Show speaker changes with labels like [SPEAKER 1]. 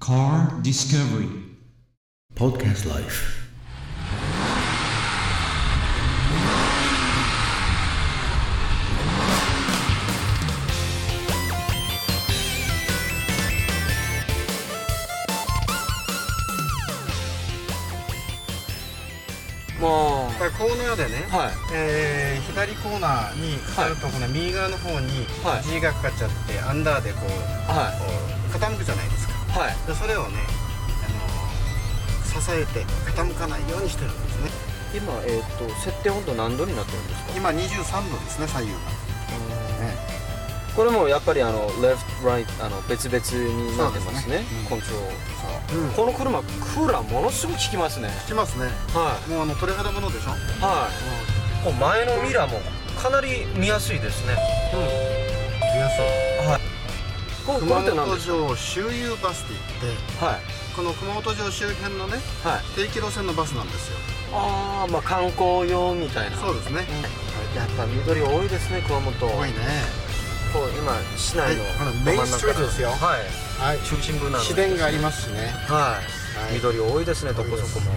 [SPEAKER 1] Car Discovery
[SPEAKER 2] Podcast Life
[SPEAKER 3] も
[SPEAKER 4] これこの世でね、
[SPEAKER 3] うはい
[SPEAKER 4] えー左コーナーに
[SPEAKER 3] はい
[SPEAKER 4] あるとこの右側の方に
[SPEAKER 3] はい
[SPEAKER 4] G がかかっちゃって、アンダーでこう
[SPEAKER 3] は
[SPEAKER 4] こう傾くじゃないですか
[SPEAKER 3] いはい
[SPEAKER 4] でそれをね、あのー支えて傾かないようにしてるんですね
[SPEAKER 3] 今えっ、と設定温度何度になってるんですか
[SPEAKER 4] 今23度ですね左右が、え
[SPEAKER 3] これもやっぱりあのレフトライトあの別々になってますね
[SPEAKER 4] そ
[SPEAKER 3] コ
[SPEAKER 4] う
[SPEAKER 3] ントローラー
[SPEAKER 4] えうん
[SPEAKER 3] この車クーラーものすごい効きますね
[SPEAKER 4] 聞きますね
[SPEAKER 3] は
[SPEAKER 4] もうあの鳥肌ものでしょ、
[SPEAKER 3] いはいこう前のミラーもかなり見やすいですね
[SPEAKER 4] 見やすい
[SPEAKER 3] こうこれ
[SPEAKER 4] 熊
[SPEAKER 3] って何
[SPEAKER 4] 本
[SPEAKER 3] です
[SPEAKER 4] 城周遊バスって言って
[SPEAKER 3] かはい
[SPEAKER 4] この熊本城周辺のね
[SPEAKER 3] はい
[SPEAKER 4] 定期路線のバスなんですよ
[SPEAKER 3] ああまあ観光用みたいな
[SPEAKER 4] そうですね
[SPEAKER 3] やっぱ緑多いですね熊本
[SPEAKER 4] 多いね
[SPEAKER 3] こう今市
[SPEAKER 4] は
[SPEAKER 3] 内
[SPEAKER 4] い
[SPEAKER 3] の
[SPEAKER 4] あのメインストリートですよ
[SPEAKER 3] はい
[SPEAKER 4] はい
[SPEAKER 3] 中心部なので
[SPEAKER 4] 市電がありますしね
[SPEAKER 3] はい
[SPEAKER 4] はい
[SPEAKER 3] 緑多いですねどこそこも